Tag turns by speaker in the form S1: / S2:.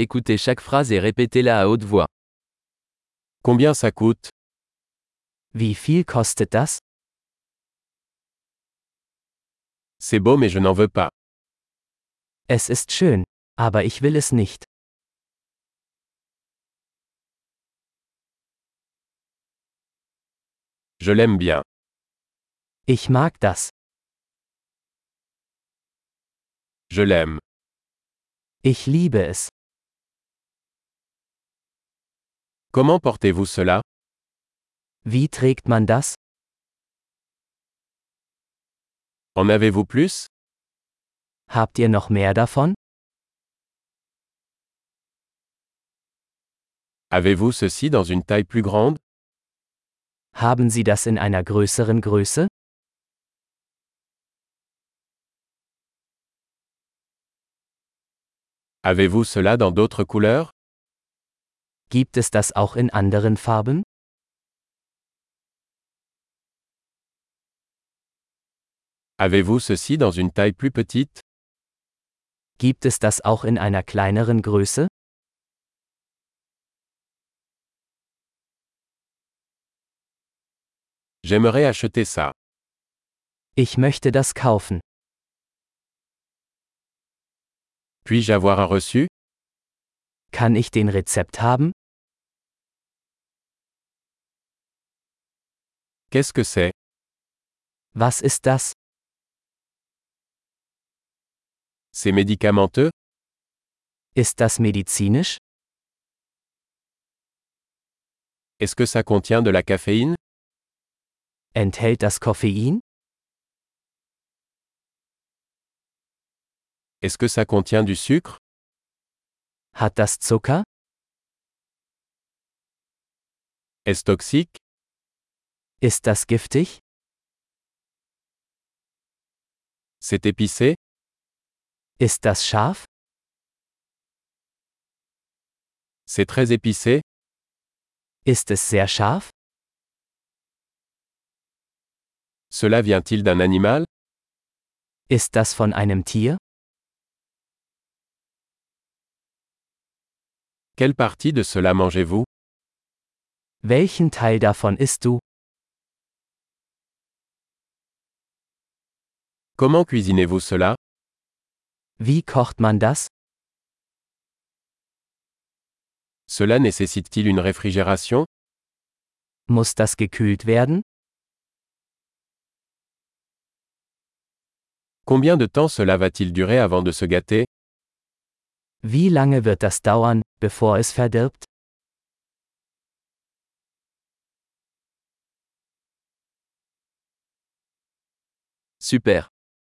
S1: Écoutez chaque phrase et répétez-la à haute voix.
S2: Combien ça coûte
S3: Wie viel kostet das?
S2: C'est beau mais je n'en veux pas.
S3: Es ist schön, aber ich will es nicht.
S2: Je l'aime bien.
S3: Ich mag das.
S2: Je l'aime.
S3: Ich liebe es.
S2: Comment portez-vous cela
S3: Wie trägt man das?
S2: En avez-vous plus
S3: Habt ihr noch mehr davon?
S2: Avez-vous ceci dans une taille plus grande
S3: Haben Sie das in einer größeren Größe?
S2: Avez-vous cela dans d'autres couleurs
S3: Gibt es das auch in anderen Farben?
S2: Avez-vous ceci dans une taille plus petite
S3: Gibt es das auch in einer kleineren Größe?
S2: J'aimerais acheter ça.
S3: Ich möchte das kaufen.
S2: Puis-je avoir un reçu
S3: Kann ich den Rezept haben?
S2: Qu'est-ce que c'est
S3: Was ist das?
S2: C'est médicamenteux
S3: Ist das medizinisch?
S2: Est-ce que ça contient de la caféine
S3: Enthält das Koffein?
S2: Est-ce que ça contient du sucre
S3: Hat das Zucker?
S2: Est-ce toxique
S3: Ist das giftig?
S2: C'est épicé
S3: Ist das scharf?
S2: C'est très épicé
S3: Ist es sehr scharf?
S2: Cela vient-il d'un animal
S3: Ist das von einem Tier?
S2: Quelle partie de cela mangez-vous
S3: Welchen Teil davon isst du?
S2: Comment cuisinez-vous cela
S3: Wie kocht man das?
S2: Cela nécessite-t-il une réfrigération
S3: Muss das gekühlt werden?
S2: Combien de temps cela va-t-il durer avant de se gâter
S3: Wie lange wird das dauern, bevor es verdirbt?
S1: Super.